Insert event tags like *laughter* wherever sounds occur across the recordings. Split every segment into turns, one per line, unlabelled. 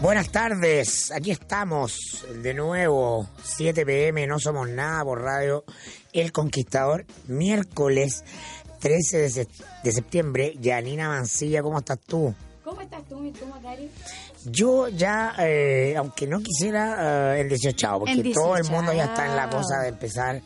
Buenas tardes, aquí estamos de nuevo, 7 pm, no somos nada por radio El Conquistador, miércoles 13 de, se- de septiembre. Yanina Mancilla, ¿cómo estás tú?
¿Cómo estás tú y tú, Macari?
Yo ya, eh, aunque no quisiera, eh, el 18, porque
El
todo el mundo ya está en la
18.
cosa de empezar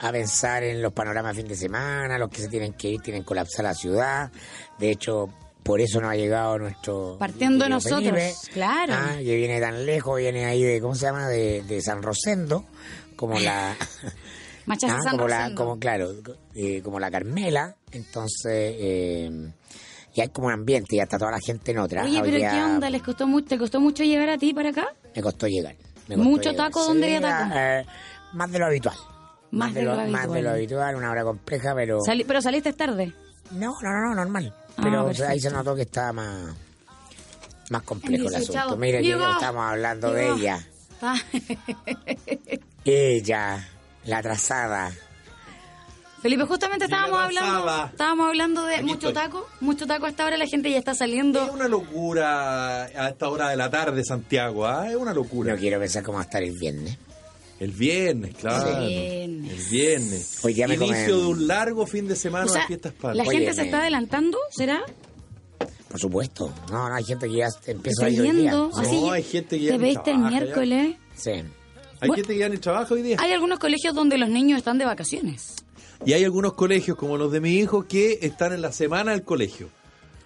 a pensar en los panoramas de fin de semana, los que se tienen que ir, tienen que colapsar la ciudad. De hecho, por eso no ha llegado nuestro...
Partiendo
querido
nosotros,
Felipe,
claro.
ah, que viene tan lejos, viene ahí de, ¿cómo se llama? De, de San Rosendo, como
*laughs*
la...
Machaza
Ah,
San
como la,
Rosendo.
como claro, eh, como la Carmela, entonces eh, ya hay como un ambiente, ya está toda la gente en otra.
Oye, pero
Hoy día
¿qué onda? ¿Les costó mucho, ¿Te costó mucho llegar a ti para acá?
Me costó llegar. me costó
¿Mucho
llegar.
taco? ¿Dónde
Sí,
había taco?
eh, más de lo habitual.
Más de lo
Más de
habitual.
lo habitual, una hora compleja, pero
Sali- pero saliste tarde.
no, no, no, no, normal.
Ah,
Pero
perfecto.
ahí se notó que estaba más más complejo el
El 18.
asunto. Mira, que
Llegó.
estamos hablando
Llegó.
de ella.
Ah, *laughs*
Ella, la atrasada.
Felipe, justamente estábamos
Llega
hablando,
Saba.
estábamos hablando de
Aquí
mucho
estoy.
taco, mucho taco hasta ahora la gente ya está
Es
saliendo.
una locura a esta hora de la tarde, Santiago. ¿ah? Es una locura.
No quiero pensar cómo va a estar el viernes.
El viernes, claro.
Viernes.
El viernes.
Hoy ya me
Inicio
comen.
de un largo fin de semana
O sea,
de fiestas
la
patrias.
Oye,
gente se
me-
está adelantando, ¿será?
Por supuesto. No, no, hay gente que ya empieza
Está
a ir hoy día.
yendo.
No,
Así
hay gente que ya
te
no
veiste el
trabaja ya.
miércoles.
Sí.
Hay
Bueno.
gente que ya en el trabajo hoy día.
Hay algunos colegios donde los niños están de vacaciones.
Y hay algunos colegios, como los de mi hijo, que están en la semana del colegio.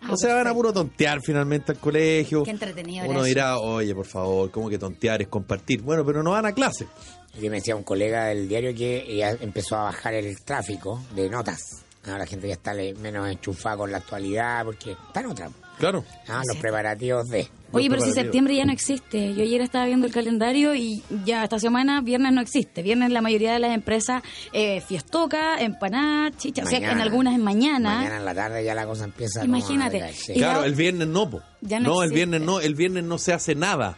o sea, van a puro tontear finalmente al colegio.
Qué Ah, entretenido
Uno
era
dirá, oye, por favor, ¿cómo que tontear es compartir? Bueno, pero no van a clase.
Y me decía un colega del diario que ya empezó a bajar el tráfico de notas. Ahora la gente ya está le- menos enchufada con la actualidad porque está en otra.
Claro.
Ah, los preparativos de.
Oye, pero si
Preparativo.
septiembre ya no existe. Yo ayer estaba viendo el calendario y ya esta semana viernes no existe. Viernes la mayoría de las empresas eh, fiestoca, empanadas, chicha. O sea,
Mañana.
en algunas es mañana.
Mañana en la tarde ya la cosa empieza como
Imagínate.
a decaer, sí.
Y la-
Claro, el viernes no, po.
Ya no
no, el
existe.
viernes no, el viernes no se hace nada.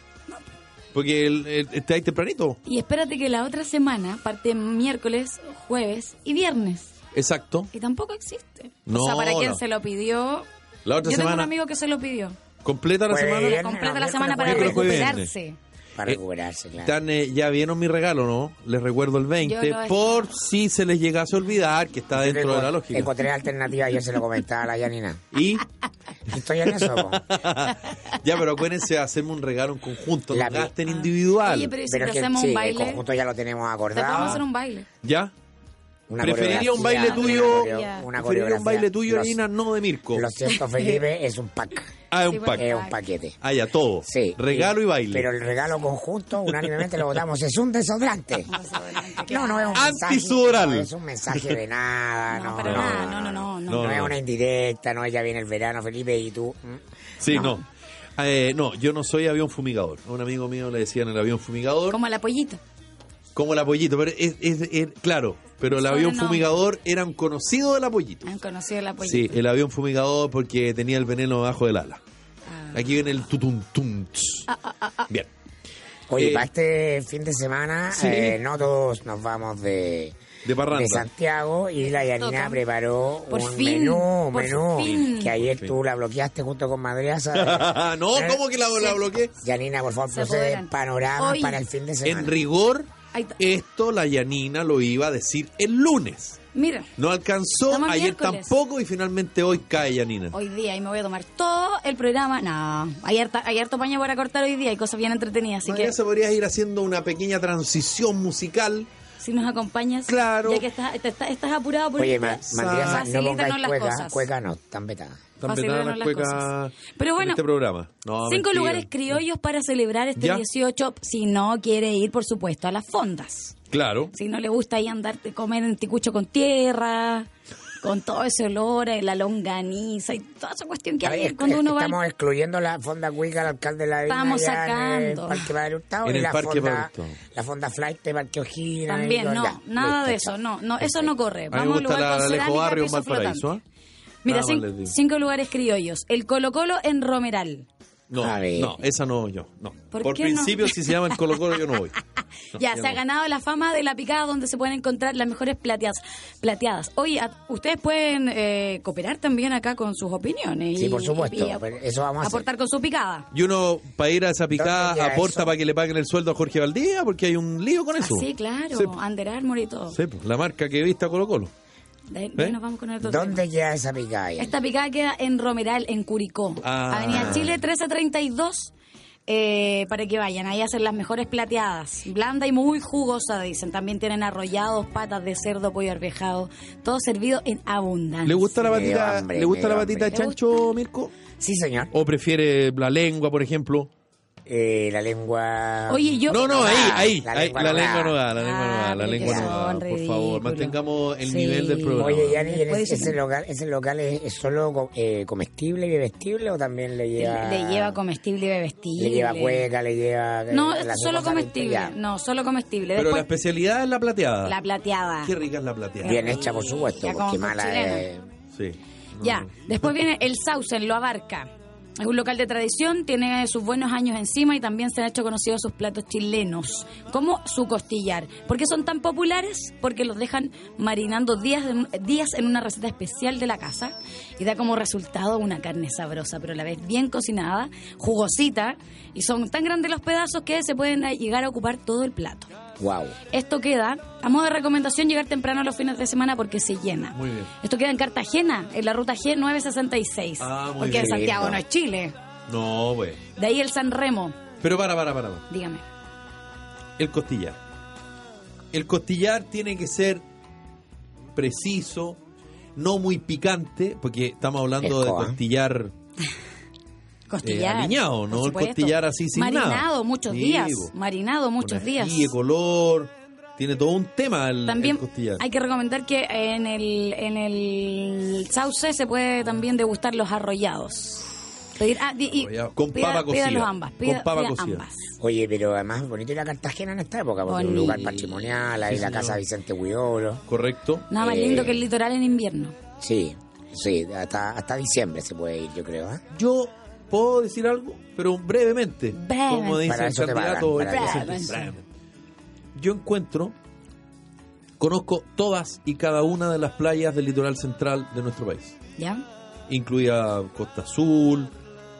Porque el, el- está ahí tempranito.
Y espérate que la otra semana parte miércoles, jueves y viernes.
Exacto.
Y tampoco existe.
No,
o sea, para quien
no.
se lo pidió.
La otra
yo tengo un
semana.
amigo que se lo pidió.
Completa la
Jueves,
semana.
Eh, viernes,
Completa
no,
la semana para
miércoles,
jueves, viernes.
recuperarse.
Para
Eh,
recuperarse, claro.
Están, eh, ya vieron mi regalo, ¿no? Les recuerdo el 20,
Yo lo he-
por si se les llegase a olvidar que está dentro de la lógica.
Encontré alternativas, yo se lo comentaba a la Yanina.
Y
Estoy en eso, po.
ya, pero acuérdense de hacerme un regalo en conjunto,
La
no
mi-
gasten individual.
Oye, *laughs* pero ¿y si
Pero
te
que
hacemos
sí,
un
el
baile.
conjunto ya lo tenemos
Te podemos hacer
acordado.
un baile.
¿Ya?
Una
Preferiría un
coreografía,
baile tuyo-
una coreo- Una
Preferiría
coreografía.
un baile tuyo,
Los-
Nina, no de Mirko.
Lo
*laughs*
siento, Felipe, es un pack.
Ah, es
Sí, pues. bueno.
un pack.
Es un paquete.
Ah, ya, todo.
Sí.
Regalo y baile.
Pero el regalo conjunto, unánimemente lo votamos, es un
*laughs*
desodorante. No, no es un mensaje.
Antisudorante.
no es un mensaje de nada. No,
No, para nada, no, no, no, no.
No,
No,
es
no.
una indirecta, no, ya viene el verano, Felipe, y tú. mm.
Sí, no. Eh, no, yo no soy avión fumigador. A un amigo mío le decían el avión fumigador
Como el apoyito.
como el apollito, pero es, es- es- claro, pero el avión
Sobrenombre.
fumigador era un conocido del apollito.
Han conocido el Ah, apoyito.
Sí, el avión fumigador porque tenía el veneno debajo del ala.
Ah.
Aquí viene el tutum tum. tss. Bien.
Oye,
Eh,
para este fin de semana,
Sí.
eh, no todos nos vamos de.
De parranda.
de Santiago y la Yanina
Toca.
preparó
Por
un
fin,
menú, un
por
menú
fin.
que ayer
Por fin.
tú la bloqueaste junto con
*laughs*
Madriaza.
*laughs* no,
Eh,
¿cómo que la, la bloqueé?
Yanina, por favor,
Se
procede
apoderan.
panorama
Hoy-
para el fin de semana.
En rigor,
Ahí está.
esto la Yanina lo iba a decir el lunes.
Mira,
No alcanzó,
Estamos
ayer
miércoles.
tampoco y finalmente hoy cae Yanina.
hoy día y me voy a tomar todo el programa. No, hay harta, hay harto paño para cortar hoy día, hay cosas bien entretenidas, así
María,
que
se podrías ir haciendo una pequeña transición musical.
si nos acompañas,
Claro.
ya que estás, te- estás- estás apurado por pues.
Oye, Ma- Madriaza, no
Facilítanos
pongáis
las
cueca,
cosas.
cueca no, tan vetada.
Están
Fácil
vetadas
eran
las
las
cuecas
cosas. Pero
en
bueno,
este programa. No,
Cinco
mentira.
lugares criollos para celebrar este
¿Ya?
18, si no quiere ir, por supuesto, a las fondas.
Claro.
Si no le gusta ahí andarte, comer en ticucho con tierra, con todo ese olor, eh, la longaniza y toda esa cuestión que
A ver,
hay
es-
cuando
es-
uno va al
estamos excluyendo la fonda cuica, el alcalde de la Viña,
Estamos
allá en el
sacando.
Parque Padre Hurtado
En
y
el
la
Parque Padre
fonda,
Hurtado.
la fonda Flight de Parque O'Higgins.
También,
y
no,
ya,
nada
listo,
de eso,
chao.
no, no, eso no corre.
A mí
Vamos
me
a un
gusta
lugar con
la de
cerámica,
Alejo Barrio en
piso
Valparaíso.
flotante.
¿ah?
Mira,
Nada
cin-
más les digo.
cinco lugares criollos. El Colo Colo en Romeral.
No,
A ver.
no, esa no voy yo. No.
¿Por
Por,
qué no?
principio, si se llama el Colo Colo, yo
*laughs*
no voy. No,
Ya,
yo
se ha
no.
ganado la fama de la picada donde se pueden encontrar las mejores plateadas. plateadas. Oye, a- ustedes pueden eh, cooperar también acá con sus opiniones.
Sí,
y-
por supuesto,
y a-
pero eso vamos a hacer.
aportar con su picada.
Y uno, para ir a esa
¿Dónde
picada,
queda
aporta
eso?
para que le paguen el sueldo a Jorge Valdía, porque hay un lío con eso.
Ah, sí, claro,
Sí,
Under Armour y todo.
sí, pues, la marca que viste a Colo Colo.
De ahí- de ahí
¿Eh?
nos vamos con el otro tema.
¿Dónde queda esa picada? ahí?
Esta picada queda en Romeral, en Curicó.
Ah.
Avenida Chile 1332. eh, para que vayan, ahí hacen las mejores plateadas. Blanda y muy jugosa, dicen. También tienen arrollados, patas de cerdo, pollo arvejado. Todo servido en abundancia.
¿Le gusta la
me dio
patita,
hambre,
¿le gusta
me
la
dio
patita de
hambre.
chancho, Mirko?
Sí, señor.
¿O prefiere la lengua, por ejemplo?
Eh, la lengua...
Oye, yo.
no, no, ahí,
nodada,
ahí.
la
ahí,
lengua
La
nodada.
lengua no da, la lengua no da,
Ah,
la
pero
lengua
que
no da.
son
Por favor,
ridículos.
mantengamos el
Sí.
nivel del programa.
Oye, Yanni, ¿en
Después
ese,
dicen-
ese local, ese local es, es solo co- eh, comestible y bebestible o también le lleva...
Le lleva comestible y bebestible.
Le lleva cueca, le lleva... eh,
No,
las
solo
cosas
comestible.
ricas.
No, solo comestible.
Pero la
Después,
especialidad es la plateada.
la plateada.
Qué rica es la plateada.
Bien hecha, por supuesto,
Ya como
porque
por
mala
chileno.
es-
Sí. No,
Ya,
no.
después viene el Saucen, lo abarca. Es un local de tradición, tiene sus buenos años encima y también se han hecho conocidos sus platos chilenos, como su costillar. ¿Por qué son tan populares? Porque los dejan marinando días, en- días en una receta especial de la casa y da como resultado una carne sabrosa, pero a la vez bien cocinada, jugosita y son tan grandes los pedazos que se pueden llegar a ocupar todo el plato.
Wow.
Esto queda, a modo de recomendación, llegar temprano los fines de semana porque se llena.
Muy bien.
Esto queda en Cartagena, en la ruta G966.
Ah, muy
porque
bien.
en Santiago
Lindo.
no es Chile.
No, güey.
De ahí el San Remo,
Pero para, para, para. para.
dígame.
El costillar. El costillar tiene que ser preciso, no muy picante, porque estamos hablando
Escoba.
de costillar
Costillar.
Eh, aliñado, ¿no?
por
El
supuesto.
costillar así sin
Marinado
nada.
muchos
Sí,
días.
bo.
Marinado muchos días.
Y de color, tiene todo un tema el,
También
el costillar.
hay que recomendar que en el, en el sauce se puede también degustar los arrollados. Pedir, ah, di- y-
Arrollado, con
pida-
papa cocida,
pídalos ambas.
con
pida-
papa
pida
cocida.
ambas.
Oye, pero además bonito ir a Cartagena en esta época, porque es un
Bonito.
lugar patrimonial, ahí
Sí,
la
señor.
casa de Vicente Huidobro.
¿Correcto?
Nada más
Eh,
lindo que el litoral en invierno.
Sí, sí, hasta, hasta diciembre se puede ir, yo creo. ¿eh?
Yo puedo decir algo, pero brevemente.
Brevemente.
Como dice
Para
el
eso te
candidato.
pagan, para
eso.
Brevemente. Brevemente. Yo encuentro, conozco todas y cada una de las playas del litoral central de nuestro país.
¿Ya?
Incluida Costa Azul,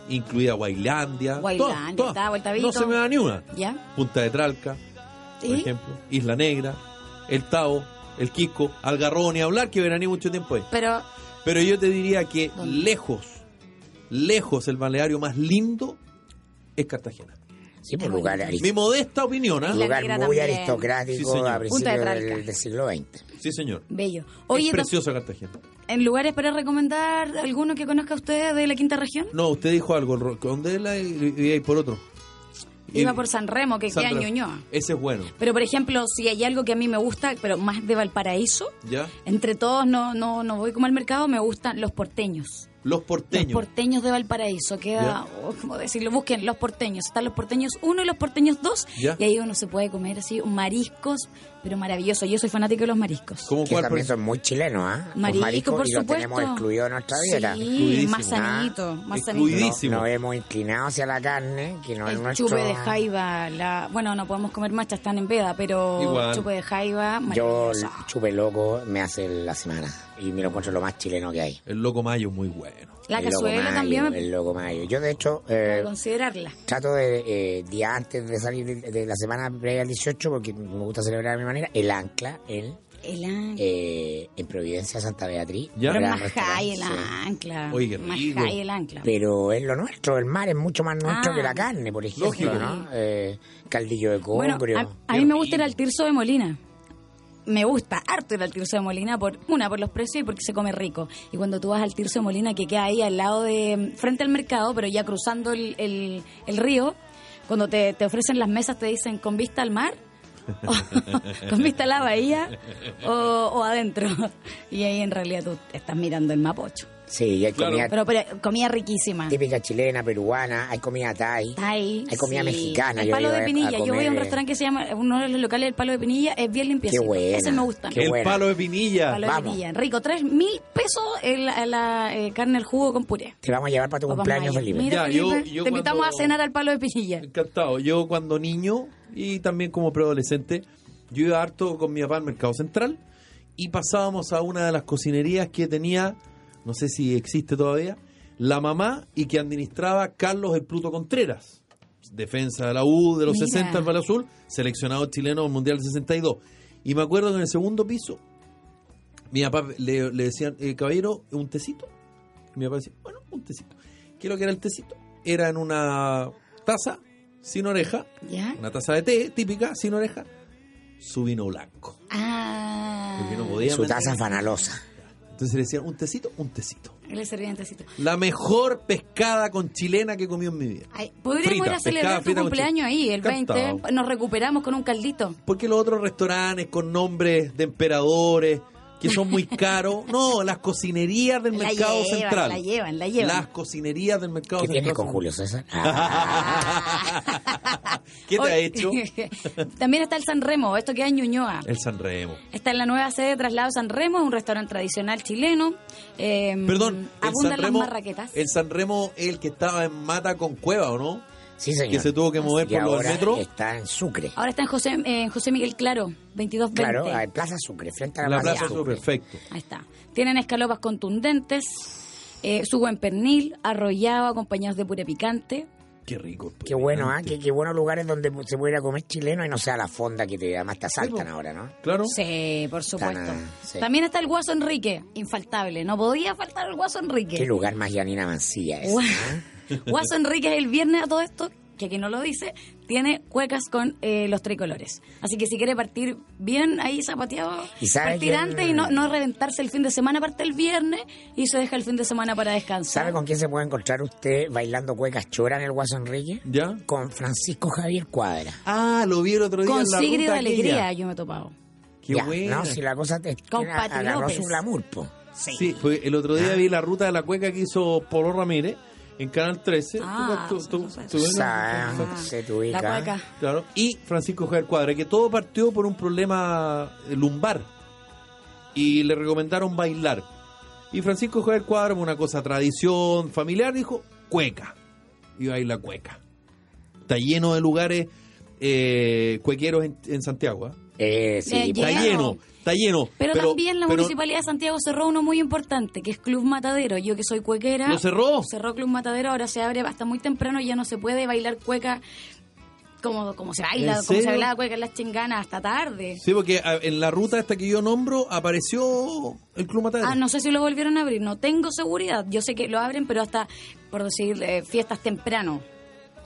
incluida Guailandia.
Guailandia,
todas, todas.
está, Vuelta Vito.
No se me da ni una.
¿Ya?
Punta de Tralca, por
¿Y?
ejemplo. Isla Negra, El Tao, El Quisco, Algarrobo, ni hablar que veraní mucho tiempo ahí.
Pero
Pero yo te diría que
¿Dónde?
lejos, lejos el balneario más lindo es Cartagena.
Sí, por lugar,
Mi
arist-
modesta opinión, ¿ah?
La
lugar
Negra
muy
también.
Sí,
aristocrático
señor.
a
Punta de
principios
Talca.
del, del siglo XX.
Sí, señor.
Bello.
es
Oye, doc-
preciosa Cartagena.
¿en lugares para recomendar alguno que conozca usted de la quinta región?
No, usted dijo algo, el ro- ¿dónde es la y, y- y por otro?
Iba por San Remo, que queda
Sandra,
en Ñuñoa.
Ese es bueno,
Pero, por ejemplo, si hay algo que a mí me gusta, pero más de Valparaíso,
¿ya?
entre todos no, no, no voy como al mercado, me gustan los porteños.
Los porteños.
Los porteños de Valparaíso, queda, oh, ¿cómo decirlo? Busquen los porteños. Están los porteños 1 y los porteños 2,
Ya.
y ahí uno se puede comer así mariscos, pero maravilloso. Yo soy fanático de los mariscos.
¿Cómo
Que
cuál? por-
también son muy chilenos, ¿ah? Los
Marisco,
mariscos,
por
y los
supuesto.
tenemos excluidos de nuestra dieta.
Sí, más
Excluidísimo.
sanito, más sanito.
Excluidísimo.
No- Nos hemos inclinado hacia la carne, que no es
El
nuestro...
chupe de jaiba, la... bueno, no podemos comer macha, están en veda, pero
Igual.
chupe de jaiba,
Yo
maravilloso.
el chupe loco me hace la semana y me lo encuentro lo más chileno que hay.
El loco mayo muy bueno.
La
El loco
cazuela
mayo,
también,
El
me...
loco mayo. Yo, de hecho, eh,
considerarla.
trato de, eh, día antes de salir de, de la semana previa al 18, porque me gusta celebrar de mi manera, el ancla en,
El ancla.
eh, en Providencia, Santa Beatriz.
Ya.
pero
Gran
más
restaurante,
high el
sí.
ancla.
Oye, qué
más
rico.
high el ancla.
Pero es lo nuestro, el mar es mucho más nuestro
Ah.
que la carne, por ejemplo,
Lógico.
¿no? Eh, caldillo de
bueno, ah.
congrio.
a, a mí me gusta ir al Tirso de Molina. Me gusta harto ir al Tirso de Molina, por una, por los precios y porque se come rico. Y cuando tú vas al Tirso de Molina, que queda ahí al lado de, mm, frente al mercado, pero ya cruzando el, el- el río, cuando te, te ofrecen las mesas te dicen con vista al mar, o, *laughs* con vista a *laughs* la bahía, o, o adentro. Y ahí en realidad tú estás mirando el mapocho.
Sí, hay
Claro.
comida
Pero, pero comida riquísima.
típica chilena, peruana, hay comida thai.
Ay,
Hay comida
sí.
mexicana,
El
yo
palo
iba
de
a- a
pinilla. yo voy a un
comer, eh.
restaurante que se llama, uno de los locales del palo de pinilla, es bien limpiecito.
Qué buena.
Ese me gusta.
Qué
el
buena.
palo de pinilla.
Palo
Vamos.
de pinilla. Rico, tres mil pesos en la, en la, eh, carne al jugo con puré.
Te vamos a llevar para tu
Papá
cumpleaños,
Maya.
Felipe.
Mira,
Ya, yo-
Felipe,
yo
te invitamos
cuando-
a cenar al palo de pinilla.
Encantado. Yo cuando niño y también como preadolescente, yo iba harto con mi papá al Mercado Central y pasábamos a una de las cocinerías que tenía, no sé si existe todavía, la mamá y que administraba Carlos el Pluto Contreras, defensa de la U de los
Mira.
60 al Palo Azul, seleccionado chileno al Mundial del 62. Y me acuerdo que en el segundo piso, mi papá le, le decían, eh, caballero, un tecito. Y mi papá decía, bueno, un tecito. ¿Qué es lo que era el tecito? Era en una taza sin oreja,
¿Ya?
una taza de té típica, sin oreja, su vino blanco.
Ah.
Porque no podía
Su
meter-
taza fanalosa.
Entonces le decían, un tecito, un tecito.
Le servían tecito.
La mejor pescada con chilena que comió en mi vida.
Ay, Podríamos
Frita,
ir a celebrar
pescada frita
tu
con
cumpleaños
chile.
ahí, el 20.
Encantado.
Nos recuperamos con un caldito.
Porque los otros restaurantes con nombres de emperadores que
*laughs*
son muy caros. No, las cocinerías del
La
mercado
llevan,
central.
la llevan, la llevan.
Las cocinerías del mercado
¿Qué
central.
tienes con Julio César? Ah, *laughs*
¿Qué te ha
Oye,
hecho?
*laughs* También está el San Remo, esto queda en Ñuñoa.
El Sanremo.
Está en la nueva sede de Traslado San Remo, es un restaurante tradicional chileno. Eh,
Perdón, el
Abundan
Sanremo,
las marraquetas.
el Sanremo es el que estaba en Mata con Cueva, ¿o no?
sí, señor.
Que se tuvo que mover
y
por los
ahora
metros.
está en Sucre.
Ahora está en José, en José Miguel Claro, 2220.
Claro, en Plaza Sucre, frente a la,
La plaza
Sucre.
estuvo perfecto.
Ahí está. Tienen escalopas contundentes, eh, su buen pernil, arrollado, acompañados de puré picante.
Qué rico.
Qué bueno, ¿ah? Qué, qué buenos lugares donde se puede ir a comer chileno y no sea la fonda que te, además te asaltan
Sí, po.
ahora, ¿no?
Claro.
Sí, por supuesto.
Tan, sí.
También está el Guaso Enrique, infaltable. No podía faltar el Guaso Enrique.
Qué lugar más Yanina Mancilla es.
Gua- *laughs* Guaso Enríquez el viernes a todo esto, que aquí no lo dice, tiene cuecas con eh, los tricolores. Así que si quiere partir bien ahí zapateado,
¿Y sabe
partir
quién-
antes y no, no reventarse el fin de semana, parte el viernes y se deja el fin de semana para descansar.
¿Sabe con quién se puede encontrar usted bailando cuecas choras en el Guaso Enrique?
¿Ya?
Con Francisco Javier Cuadra.
Ah, lo vi el otro día
Con
en la
Sigrid
ruta
Alegría
aquella.
yo me he topado.
Qué
Ya,
buena.
No, si la cosa te
Con
a-
Pati
agarró
López.
su glamour, po.
Sí, fue- el otro
Ah.
día vi la ruta de la cueca que hizo Polo Ramírez en Canal 13.
Ah,
Tú- tú-
sí,
tú-
sí,
tú-
sí.
Sa-
tú-
se te ubica.
La cueca.
Claro. Y Francisco Javier Cuadra, que todo partió por un problema eh, lumbar. Y le recomendaron bailar. Y Francisco Javier Cuadra, por una cosa tradición familiar, dijo cueca. Y baila cueca. Está lleno de lugares eh, cuequeros en, en Santiago. ¿ah?
Eh, sí,
Eh,
po.
Está
Lleno.
lleno, está lleno.
Pero, también la
pero
Municipalidad de Santiago cerró uno muy importante, que es Club Matadero. Yo que soy cuequera.
¿Lo cerró?
Cerró Club Matadero, ahora se abre hasta muy temprano y ya no se puede bailar cueca como, como se
¿En
baila, como
serio?
se bailaba cueca en las chinganas hasta tarde.
Sí, porque a- en la ruta esta que yo nombro apareció el Club Matadero.
Ah, no sé si lo volvieron a abrir, no tengo seguridad. Yo sé que lo abren, pero hasta, por decir, eh, fiestas temprano.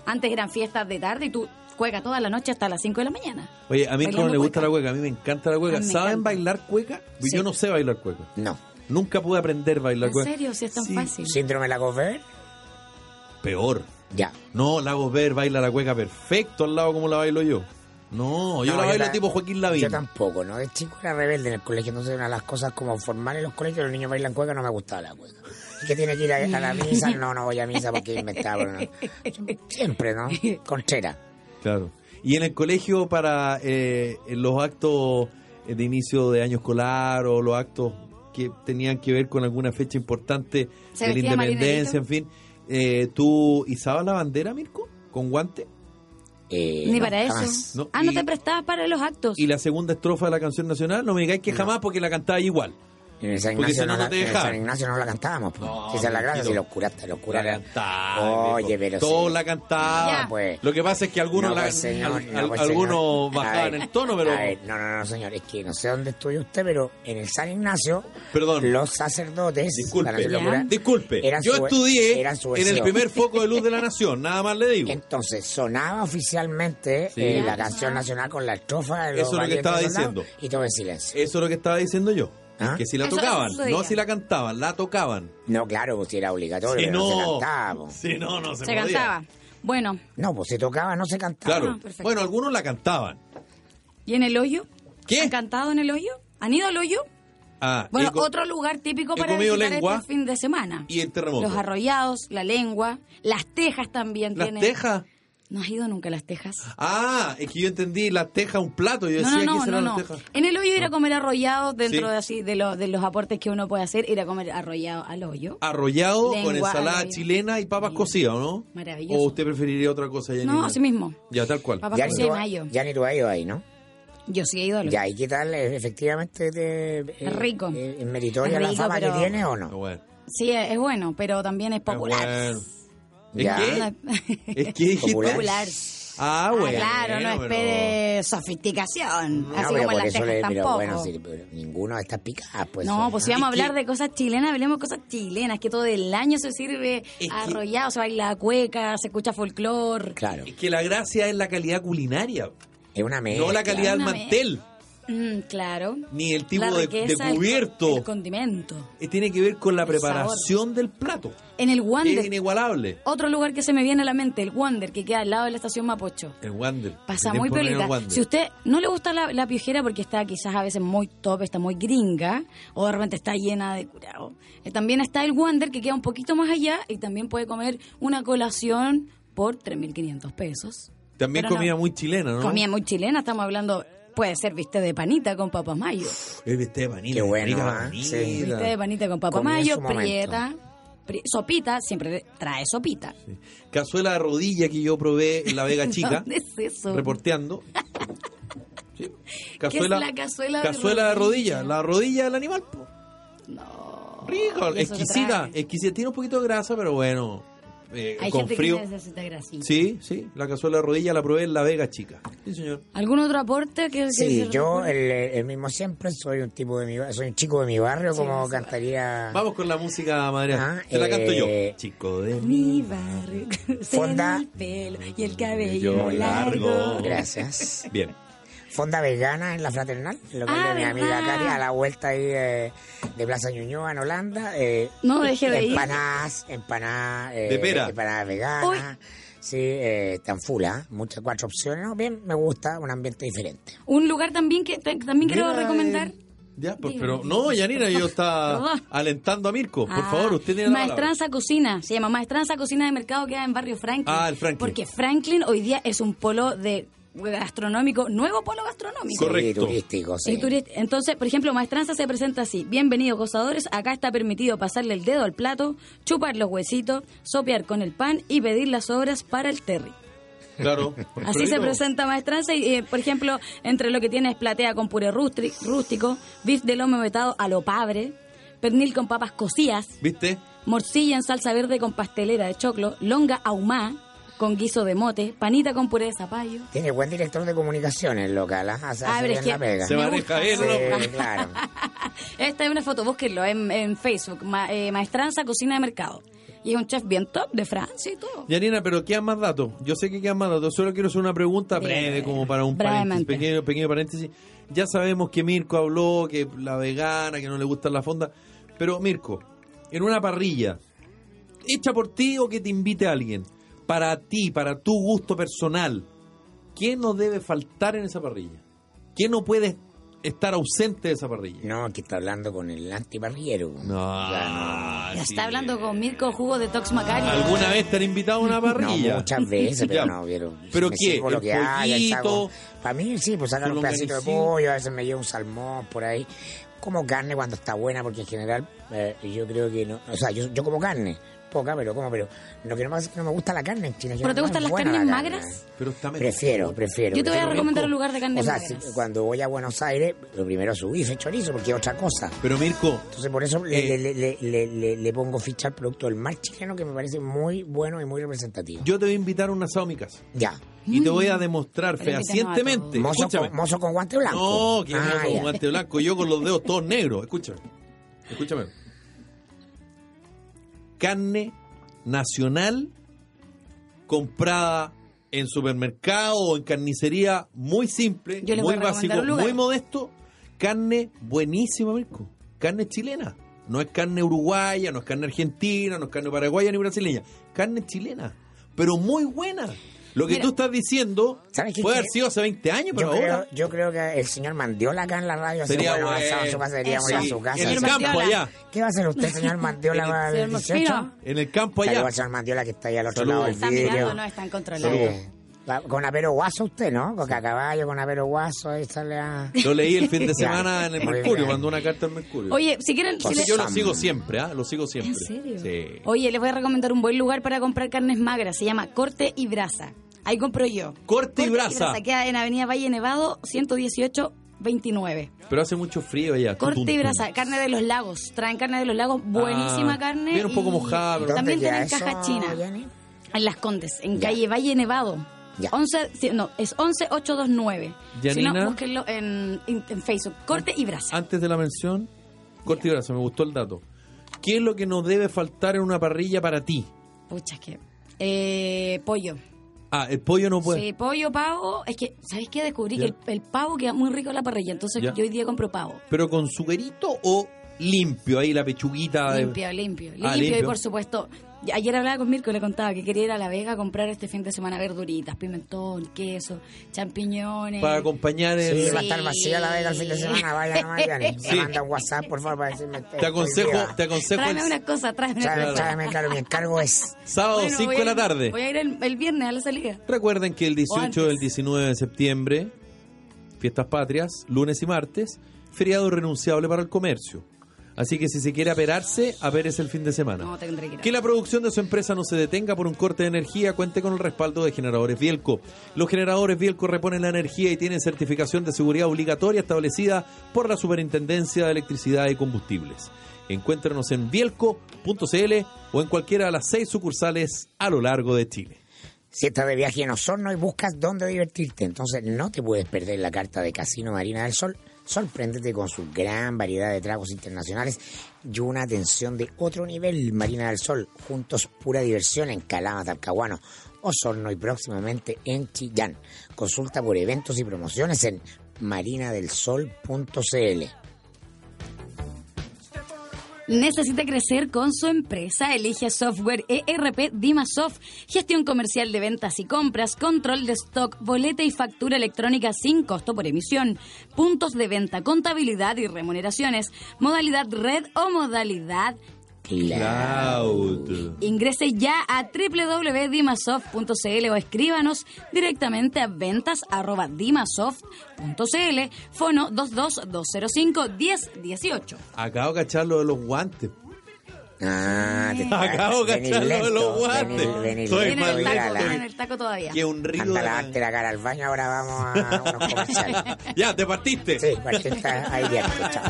Antes eran fiestas de tarde y tú cueca toda la noche hasta las 5 de la mañana.
Oye, a mí
Bailando
como le gusta
cueca.
la cueca, a mí me encanta la
A
cueca.
mí me
¿Saben
encanta.
bailar cueca?
Sí.
Yo no sé bailar cueca.
pues, No.
Nunca pude aprender a bailar
¿En
cueca.
serio? Si es tan
Sí,
fácil.
¿Síndrome de la Gover?
Peor.
Ya.
No, Lago Ver baila la cueca perfecto al lado como la bailo yo. No, yo
No,
la bailo
ta-
tipo Joaquín
Yo
Lavín.
tampoco, ¿no? De chico era rebelde en el colegio, entonces una de las cosas como formales en los colegios, los niños bailan cueca, no me gustaba la cueca. ¿Y que tiene que ir a, a la misa? No, no voy a misa porque inventaba. ¿no? Siempre, ¿no? Contreras.
Claro. Y en el colegio para eh, en los actos eh, de inicio de año escolar o los actos que tenían que ver con alguna fecha importante
¿Se
de la
vestía
independencia, en fin, eh, ¿tú izabas la bandera, Mirko? ¿Con guante?
Eh,
Ni
no,
para eso.
jamás.
No,
ah, no
y-
te prestabas para los actos.
Y la segunda estrofa de la canción nacional, no me digáis que jamás porque la cantaba igual.
En el San
Porque
Ignacio,
si no,
no,
no
la,
te
en el
dejaban.
San Ignacio no la cantábamos. pues.
No,
Si esa es la gracia,
tranquilo.
si los curatas, los
la
curatas.
cantaba.
Oye,
viejo.
pero
Todos
sí.
la cantaban.
Ya.
pues.
Lo que pasa es que algunos,
No,
la-
pues, señor,
al-
no,
al-
pues,
algunos
señor.
bajaban
A ver,
el tono, pero
a ver, no, no, no, señor, es que no sé dónde estudia usted, pero en el San Ignacio,
Perdón.
los sacerdotes, para
disculpe,
no ser locura,
disculpe.
eran
Yo
su-
estudié
eran su
en el
vecino.
primer foco de luz
*laughs*
de la nación, nada más le digo.
Entonces sonaba oficialmente
Sí.
eh, la canción nacional con la estrofa de los
Eso es lo que
valientes
estaba
soldados,
diciendo. Eh,
y todo en silencio.
Eso es lo que estaba diciendo yo.
¿Ah?
Que si la
Eso-
tocaban,
eso diga.
no si la cantaban, la tocaban.
No, claro, pues si era obligatorio,
Si
pero no, se
no,
cantaba. po.
si no, no
se
se, podía.
cantaba. Bueno,
No, pues se tocaba, no se cantaba.
Claro.
Ah, perfecto.
bueno, algunos la cantaban.
¿y en el hoyo?
¿Qué?
¿Han cantado en el hoyo? ¿Han ido al hoyo?
Ah,
Bueno,
he co-
otro lugar típico
he
para
comido
visitar
lengua
este fin de semana.
y el terremoto.
Los arrollados, la lengua, las tejas también
¿Las
tienen.
tejas?
¿No has ido nunca a las tejas?
Ah, es que yo entendí las tejas un plato. Yo
No, no,
decía, ¿qué
no, no,
serán
no.
las tejas? Ah.
En el hoyo ir a comer arrollados dentro
Sí.
de así de, lo- de los aportes que uno puede hacer, ir a comer arrollado al hoyo.
Ah, Arrollado con
Lengua
ensalada
arrollada.
chilena y papas
Bien.
cocidas, ¿o ¿no?
Maravilloso.
¿O usted preferiría otra cosa?
no,
Yanina?
así mismo.
Ya, tal cual.
Papas
Ya
con
ni,
seis
tú,
mayo.
ya ni tú has ido ahí, ¿no?
Yo sí he ido al hoyo.
Ya, ¿y qué tal? Eh, Efectivamente, te,
Es rico.
eh, ¿Es meritoria
Es
la
rico,
fama
pero-
que tiene o
Ah,
no?
bueno.
Sí, es es bueno, pero también es
Ah,
popular.
bueno.
Ya.
*laughs*
¿Es que? ¿Es que dijiste?
Popular.
popular.
Ah,
Ah,
bueno.
claro, no
pero-
espere sofisticación.
No,
así
pero
como en
por
las
eso le-
tejas
pero
tampoco.
bueno, sí, pero ninguno de estas picadas, pues.
no,
eh.
pues si vamos a hablar de cosas chilenas, hablemos de cosas chilenas, que todo el año se sirve
que-
arrollado, se baila cueca, se escucha folclor.
Claro,
Es que la gracia es la calidad culinaria,
es una mezcla.
no la calidad del
Una
mantel,
Mm, claro.
ni el tipo
La
de, de
riqueza, el co-
cubierto.
El condimento.
Eh, Tiene que ver con la
El sabor.
preparación del plato.
En el
Es
Wander,
inigualable.
otro lugar que se me viene a la mente, el Wander, que queda al lado de la estación Mapocho.
El Wander.
Pasa
El
muy
tiempo no era el
piolita.
Wander.
Si usted no le gusta la, la piojera porque está quizás a veces muy top, está muy gringa, o de repente está llena de curado. eh, También está el Wander que queda un poquito más allá y también puede comer una colación por 3.500 pesos.
También
Pero no.
comida muy chilena, ¿no?
Comida muy chilena, estamos hablando, puede ser viste de panita con papas mayo.
Es de té de vanilla.
Qué bueno,
rica
¿ah?
vanilla.
Sí.
Viste de panita con papa
Comí en
mayo,
su momento.
prieta, pri- sopita, siempre trae sopita.
Sí. Cazuela de rodilla que yo probé en La Vega
*laughs*
Chica,
¿Dónde es eso?
reporteando. Sí.
la cazuela de
cazuela de rodilla?
rodilla?
La rodilla del animal, po.
No.
Rico,
Oh, ¿y eso qué
exquisita,
trae?
exquisita. Tiene un poquito de grasa, pero bueno, eh,
Hay
con
gente
frío.
que necesita grasita.
Sí, sí, la cazuela de rodilla la probé en La Vega Chica. Sí, señor.
¿Algún otro aporte que que
Sí,
se
yo
recuerde?
el, el mismo siempre soy un tipo de mi bar- soy un chico de mi barrio,
Sí,
como
sí.
cantaría
Vamos con la música, madre.
Ah,
Te la canto
eh,
yo. Chico de
mi barrio *laughs*
Fonda.
en el pelo y el cabello
Yo
largo.
largo.
Gracias.
Bien.
Fonda vegana en la fraternal, lo que es
Ah,
de mi amiga
¿verdad?
Cari, a la vuelta ahí de, de Plaza Ñuñoa en Holanda. eh,
No deje de ir.
empanadas, empanadas, eh,
De pera.
empanadas veganas. Sí, eh, tan full, ¿ah? Muchas, cuatro opciones. No, bien, me gusta, un ambiente diferente.
Un lugar también que te- también quiero
Mira,
recomendar.
eh, ya, pues,
Diga.
pero no, Yanina,
*laughs*
yo estaba
Perdón.
alentando a Mirko. Por
Ah,
favor, usted tiene la palabra.
Maestranza Cocina, se llama Maestranza Cocina de Mercado, queda en Barrio Franklin.
Ah, el Franklin.
Porque Franklin hoy día es un polo de gastronómico, nuevo polo gastronómico.
Sí,
Correcto.
turístico, sí.
El turist- Entonces, por ejemplo, Maestranza se presenta así. Bienvenidos, gozadores. Acá está permitido pasarle el dedo al plato, chupar los huesitos, sopear con el pan y pedir las obras para el terry.
Claro.
Así se presenta Maestranza. Y, eh, por ejemplo, entre lo que tiene es platea con puré rústri- rústico, beef de lomo vetado a lo pabre, pernil con papas cocidas,
¿Viste?
morcilla en salsa verde con pastelera de choclo, longa ahumá con guiso de mote, panita con puré de zapallo.
Tiene buen director de comunicaciones local, ¿ah? Hace,
Ah,
hace
pero es
bien la
que-
pega.
Se
Me
maneja
gusta.
bien, ¿no?
Sí, claro.
Esta es una foto, búsquenlo en, en Facebook, Ma- eh, Maestranza Cocina de Mercado. Y es un chef bien top de Francia y todo.
Yanina, pero quedan más datos. Yo sé que quedan más datos. Solo quiero hacer una pregunta
Bien,
breve,
bien.
como para un paréntesis,
Brevemente.
pequeño, pequeño paréntesis. Ya sabemos que Mirko habló, que la vegana, que no le gustan las fondas. Pero, Mirko, en una parrilla, hecha por ti o que te invite alguien, para ti, para tu gusto personal, ¿qué no debe faltar en esa parrilla? ¿Qué no puede estar ausente de esa parrilla?
No, aquí está hablando con el antiparrillero. Ya,
Ya
sí.
está hablando con Mirko Jugo de Tox Macari.
¿Alguna vez te han invitado a una
*laughs* No,
parrilla? *laughs*
muchas veces, pero
Ya.
no, pero,
¿Pero
me
qué?
sirvo lo
¿El
que haya, el saco.
pollito?
Para mí sí, pues sacar
¿Su
un pedacito de
longanicí?
pollo, a veces me llevo un salmón por ahí. Como carne cuando está buena, porque en general eh, yo creo que no, o sea, yo, yo como carne, poca, pero como, pero lo que no me, hace- no me gusta la carne en China. yo
¿Pero te
no es
gustan las
buena la
carnes
carne.
magras?
Pero está mejor.
Prefiero, prefiero.
Yo te voy a
prefiero.
recomendar un lugar de carne
O sea,
magras.
si- cuando voy a Buenos Aires, lo primero su bife chorizo, porque es otra cosa.
Pero Mirko,
Entonces por eso le,
Eh.
le- le- le- le- le pongo ficha al producto del mar chileno, que me parece muy bueno y muy representativo.
yo te voy a invitar a un asado a mi casa.
Ya.
Y te voy a demostrar
Pero invítanos
fehacientemente.
a
Mozo
Este, Escúchame.
con, mozo con guante blanco.
No, que
Ah,
no con
ya.
guante blanco. Yo con los dedos todos negros. Escúchame. Escúchame. Carne nacional comprada en supermercado o en carnicería muy simple,
Yo les
muy
voy a recomendar
básico,
un lugar.
muy modesto. Carne buenísima, Mirko. Carne chilena. No es carne uruguaya, no es carne argentina, no es carne paraguaya ni brasileña. Carne chilena, pero muy buena. Lo que
Mira.
tú estás diciendo
¿Sabes qué
puede haber
creo?
sido hace 20 años,
Yo
pero
creo,
ahora.
yo creo que el señor Mandiola acá en la radio así,
Sería
bueno,
bueno. Ah,
avanzado en su casa, deberíamos ir
Eso.
a su
en
casa.
el
Señor
campo
Mandiola.
allá.
¿Qué va a hacer usted,
*laughs*
señor Mandiola, para el
Señor
18?
Mosquino.
En el campo allá.
Saludos al señor Mandiola que está ahí al otro
Pues Saludos.
lado del
Están
vidrio.
mirando, no están controlando.
Sí. Va- Con apero guaso usted, ¿no? Con caballo, con apero guaso, ahí sale a...
Lo leí el fin de
*laughs* Claro.
semana en el
Muy
Mercurio,
bien.
mandó una carta al Mercurio.
Oye, si quieren... si
Así
Pues
les-
yo lo
Sam.
sigo siempre, ¿ah? Lo sigo siempre.
¿En serio?
Sí.
Oye, les voy a recomendar un buen lugar para comprar carnes magras. Se llama Corte y Brasa. Ahí compro yo.
Corte y brasa.
Queda en Avenida Valle Nevado, 118. 29.
Pero hace mucho frío allá.
Corte y
Tum,
brasa, carne de los lagos. Traen carne de los lagos, buenísima
Ah,
carne.
viene un poco
y-
mojada,
y
pero-
También
¿Dónde
tienen
queda
caja
eso,
china.
Jenny?
En Las Condes, en
Ya.
calle Valle Nevado.
Ya.
11, sí, no, es 11829. Si
Yanina. Ah.
no, búsquenlo en, en- en Facebook. Corte y brasa.
Antes de la mención, corte y brasa, me gustó el dato. ¿Qué es lo que nos debe faltar en una parrilla para ti?
Pucha, es que. eh, pollo.
Ah, el pollo no puede.
Sí, pollo, pavo. Es que, ¿sabes qué? Descubrí
Ya.
que el, el pavo queda muy rico en la parrilla. Entonces
Ya.
yo hoy día compro pavo.
Pero con suguerito o limpio, ahí la pechuguita. Ah, de-
Limpio, limpio, limpio.
Ah,
Y
limpio.
por supuesto, y ayer hablaba con Mirko y le contaba que quería ir a La Vega a comprar este fin de semana verduritas, pimentón, queso, champiñones.
Para acompañar el.
Sí, va a estar vacía la vega el fin de semana, vaya nomás,
*laughs*
Jenny.
Sí.
Me manda un WhatsApp, por favor, para decirme...
Te aconsejo, te aconsejo el
Tráeme unas cosas, tráeme unas
Chágame,
cosas.
chágame, claro, mi encargo es...
sábado
Bueno,
5
voy a
de la
ir-
tarde.
Voy a ir el, el viernes a la salida.
Recuerden que el 18
O
y
antes.
el 19 de septiembre, fiestas patrias, lunes y martes, feriado renunciable para el comercio. Así que si se quiere aperarse, apérese el fin de semana.
No, tendré que ir.
Que la producción de su empresa no se detenga por un corte de energía, cuente con el respaldo de Generadores Bielco. Los generadores Bielco reponen la energía y tienen certificación de seguridad obligatoria establecida por la Superintendencia de Electricidad y Combustibles. Encuéntrenos en bielco.cl o en cualquiera de las seis sucursales a lo largo de Chile.
Si estás de viaje en Osorno y buscas dónde divertirte, entonces no te puedes perder la carta de Casino Marina del Sol. Sorpréndete con su gran variedad de tragos internacionales y una atención de otro nivel. Marina del Sol, juntos pura diversión en Calama, Talcahuano, Osorno y próximamente en Chillán. Consulta por eventos y promociones en marinadelsol.cl.
¿Necesita crecer con su empresa? Elige software ERP Dimasoft, gestión comercial de ventas y compras, control de stock, boleta y factura electrónica sin costo por emisión, puntos de venta, contabilidad y remuneraciones, modalidad red o modalidad
Cloud.
Ingrese ya a www.dimasoft.cl o escríbanos directamente a ventas.dimasoft.cl, fono 22205 1018.
Acabo de cachar lo de los guantes.
Ah, te
*laughs* Acabo de
venís
cachar lo de
lento,
los guantes.
venís- venís lento,
Estoy
Tiene el
mal
taco,
Vidal,
tiene
ah.
el taco todavía.
Que un río.
Anda,
de-
lavarte la cara al baño, ahora vamos a unos comerciales.
Ya, te partiste.
Sí, parte está ahí directo, chao.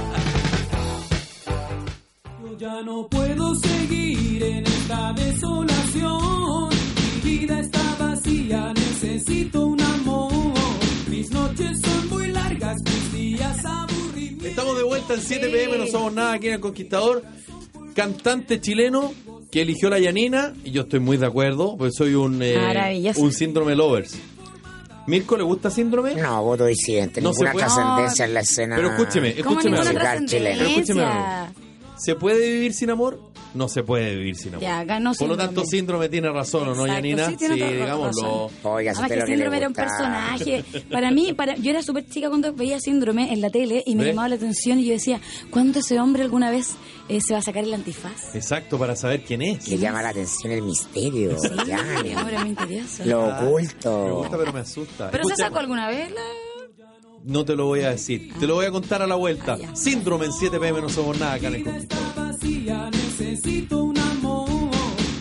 Yo ya no puedo seguir en esta desolación. Mi vida está vacía, necesito un amor. Mis noches son muy largas, mis días aburridos.
Estamos de vuelta en 7 pm, no somos nada aquí en El Conquistador. Cantante chileno que eligió la Yanina, y yo estoy muy de acuerdo, pues soy un, eh,
Maravilloso.
un síndrome lovers. ¿Mirko le gusta síndrome?
No, voto disidente.
No se
ninguna
puede.
trascendencia en la escena.
Pero escúcheme,
Como
escúcheme.
ninguna
algo.
otra- Pero
escúcheme
trascendencia.
algo. ¿Se puede vivir sin amor? No se puede vivir sin amor.
Ya, ganó
Por lo
síndrome.
tanto, síndrome tiene razón, ¿o no,
Exacto,
Yanina?
sí, tiene toda la
digámoslo.
razón.
Oiga, si
Además
usted lo
que
que le
síndrome era un
gusta-
personaje. Para mí, para, yo era súper chica cuando veía síndrome en la tele y me
¿Ve?
llamaba la atención y yo decía, ¿cuándo ese hombre alguna vez eh, se va a sacar el antifaz?
Exacto, para saber quién es.
Le llama la atención el misterio. ya,
Ay, ahora *laughs* me interesa.
lo
Ah, Me gusta,
oculto.
pero me asusta.
¿Pero se
Escucha,
sacó alguna vez la...?
No te lo voy a decir. Te lo voy a contar a la vuelta.
Ah, ya.
Síndrome en 7 pm, no somos nada acá en el
Mi vida
Conquistador.
está vacía, necesito un amor.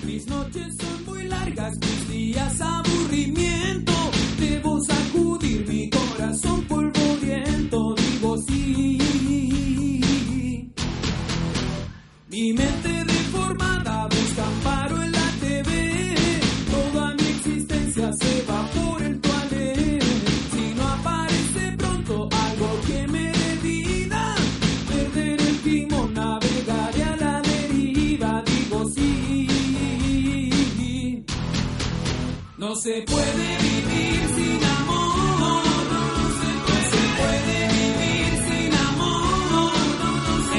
Mis noches son muy largas, mis días aburrimiento. Debo sacudir mi corazón polvoriento. Digo sí. Mi mente deformada busca amparo en la TV. Toda mi existencia se evapora en tu alero. Si no aparece pronto algo que me dé vida, perder el timón, navegaré a la deriva. Digo sí. No se puede vivir sin amor. No se puede vivir sin amor.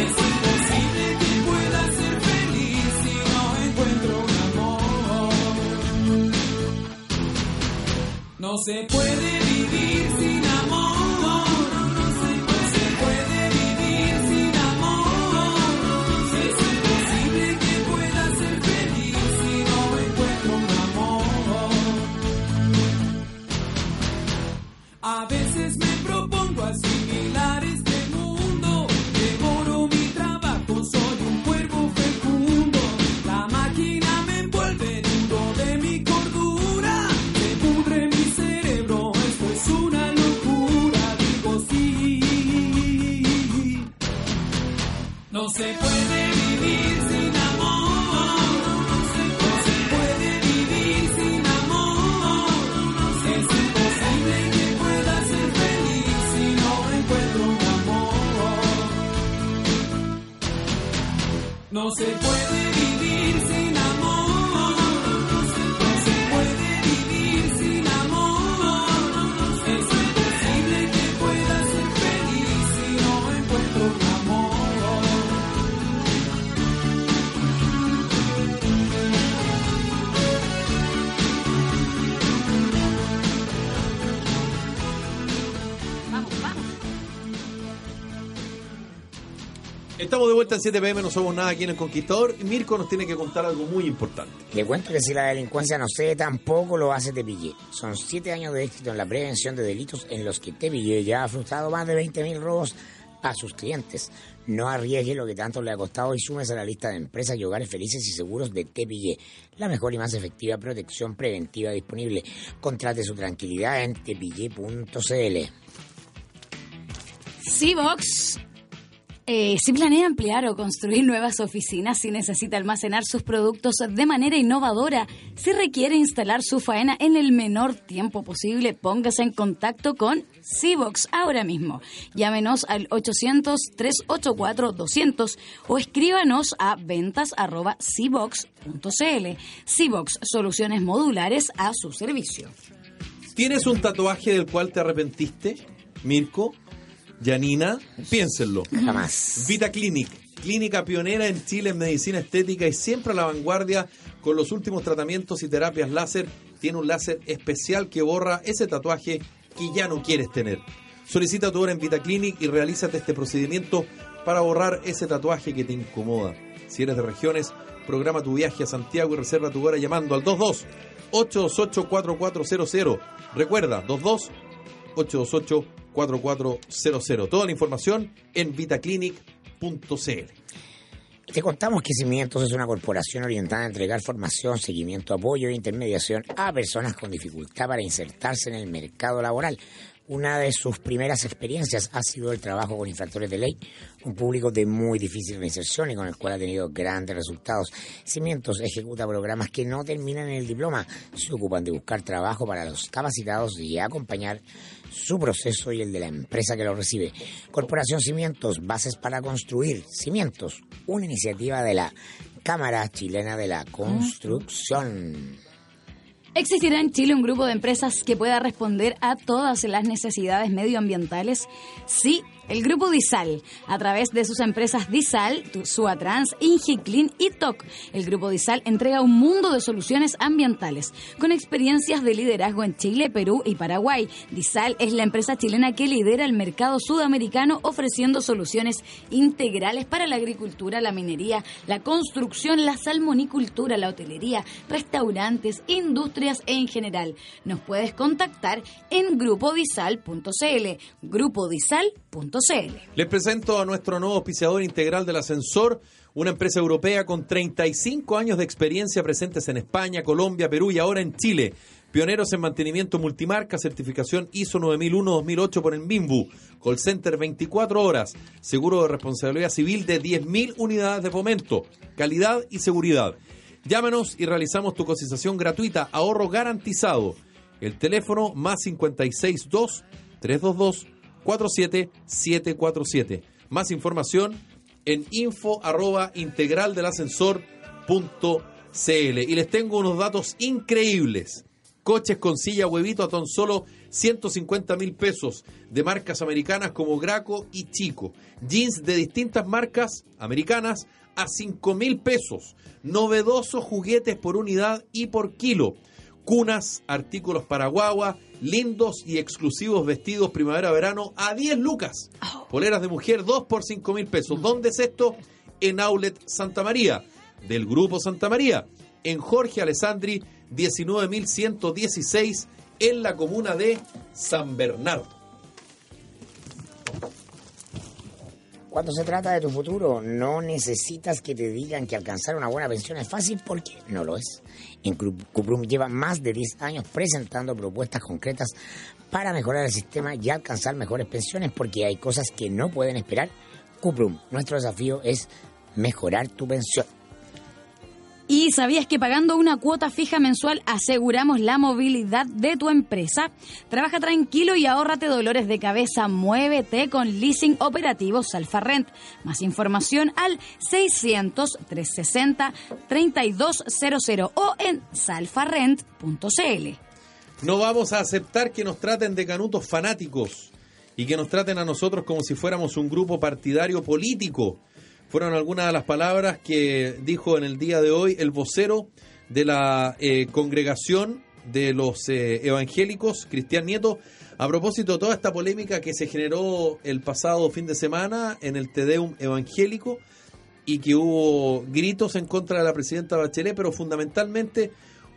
Es imposible que pueda ser feliz si no encuentro un amor. se puede vivir sin amor. No, no se puede vivir sin amor. Es imposible que pueda ser feliz si no encuentro un amor. A veces me propongo asimilar este mundo. Devoro mi trabajo, soy un cuervo fecundo. La máquina me envuelve, dudo de mi cordura. Se pudre mi cerebro, esto es una locura. Digo sí. No se puede vivir sin amor. No se puede vivir sin amor. Es imposible que pueda ser feliz si no encuentro un amor. No se puede vivir sin amor. No se puede vivir sin amor. Es imposible que pueda ser feliz si no encuentro un amor.
Vamos, vamos.
Estamos de vuelta en 7 pm, no somos nada aquí en El Conquistador. Y Mirko nos tiene que contar algo muy importante.
Le cuento que si la delincuencia no cede, tampoco lo hace Tepillé. Son siete años de éxito en la prevención de delitos en los que Tepillé ya ha frustrado más de 20.000 robos a sus clientes. No arriesgue lo que tanto le ha costado y súmese a la lista de empresas y hogares felices y seguros de Tepillé. La mejor y más efectiva protección preventiva disponible. Contrate su tranquilidad en tepillé.cl.
Seabox. Eh, si planea ampliar o construir nuevas oficinas, si necesita almacenar sus productos de manera innovadora, si requiere instalar su faena en el menor tiempo posible, póngase en contacto con Seabox ahora mismo. Llámenos al 800-384-200 o escríbanos a ventas.cbox.cl. Seabox, soluciones modulares a su servicio.
¿Tienes un tatuaje del cual te arrepentiste? Mirko, Janina, piénsenlo.
Jamás.
Vita Clinic, clínica pionera en Chile en medicina estética y siempre a la vanguardia con los últimos tratamientos y terapias láser. Tiene un láser especial que borra ese tatuaje que ya no quieres tener. Solicita tu hora en Vita Clinic y realízate este procedimiento para borrar ese tatuaje que te incomoda. Si eres de regiones, programa tu viaje a Santiago y reserva tu hora llamando al 22 828 4400. Recuerda, 22 828-4400. Toda la información en vitaclinic.cl.
Te contamos que Cimientos es una corporación orientada a entregar formación, seguimiento, apoyo e intermediación a personas con dificultad para insertarse en el mercado laboral. Una de sus primeras experiencias ha sido el trabajo con infractores de ley, un público de muy difícil reinserción y con el cual ha tenido grandes resultados. Cimientos ejecuta programas que no terminan en el diploma, se ocupan de buscar trabajo para los capacitados y acompañar su proceso y el de la empresa que lo recibe. Corporación Cimientos, bases para construir. Cimientos, una iniciativa de la Cámara Chilena de la Construcción.
¿Existirá en Chile un grupo de empresas que pueda responder a todas las necesidades medioambientales? Sí, el grupo DISAL, a través de sus empresas DISAL, Tu- Suatrans, Ingiclin y TOC. El grupo DISAL entrega un mundo de soluciones ambientales, con experiencias de liderazgo en Chile, Perú y Paraguay. DISAL es la empresa chilena que lidera el mercado sudamericano ofreciendo soluciones integrales para la agricultura, la minería, la construcción, la salmonicultura, la hotelería, restaurantes, industrias en general. Nos puedes contactar en grupodisal.cl, grupodisal.cl.
Les presento a nuestro nuevo auspiciador integral del ascensor, una empresa europea con 35 años de experiencia presentes en España, Colombia, Perú y ahora en Chile. Pioneros en mantenimiento multimarca, certificación ISO 9001-2008 por el MIMBU. Call center 24 horas. Seguro de responsabilidad civil de 10.000 unidades de fomento. Calidad y seguridad. Llámanos y realizamos tu cotización gratuita. Ahorro garantizado. El teléfono más 562-322-47747. Más información en info arroba integral del Y les tengo unos datos increíbles. Coches con silla huevito a tan solo 150 mil pesos de marcas americanas como Graco y Chico. Jeans de distintas marcas americanas a 5 mil pesos. Novedosos juguetes por unidad y por kilo. cunas, artículos para guagua, lindos y exclusivos vestidos primavera-verano a 10 lucas. Poleras de mujer 2 por 5 mil pesos. ¿Dónde es esto? En Outlet Santa María, del Grupo Santa María, en Jorge Alessandri 19.116, en la comuna de San Bernardo.
Cuando se trata de tu futuro, no necesitas que te digan que alcanzar una buena pensión es fácil porque no lo es. En Cru- Cuprum lleva más de 10 años presentando propuestas concretas para mejorar el sistema y alcanzar mejores pensiones porque hay cosas que no pueden esperar. Cuprum, nuestro desafío es mejorar tu pensión.
¿Y sabías que pagando una cuota fija mensual aseguramos la movilidad de tu empresa? Trabaja tranquilo y ahórrate dolores de cabeza. Muévete con leasing operativos Alfarrent. Más información al 600-360-3200 o en salfarrent.cl.
No vamos a aceptar que nos traten de canutos fanáticos y que nos traten a nosotros como si fuéramos un grupo partidario político. Fueron algunas de las palabras que dijo en el día de hoy el vocero de la eh, congregación de los eh, evangélicos, Cristian Nieto, a propósito de toda esta polémica que se generó el pasado fin de semana en el Tedeum evangélico y que hubo gritos en contra de la presidenta Bachelet, pero fundamentalmente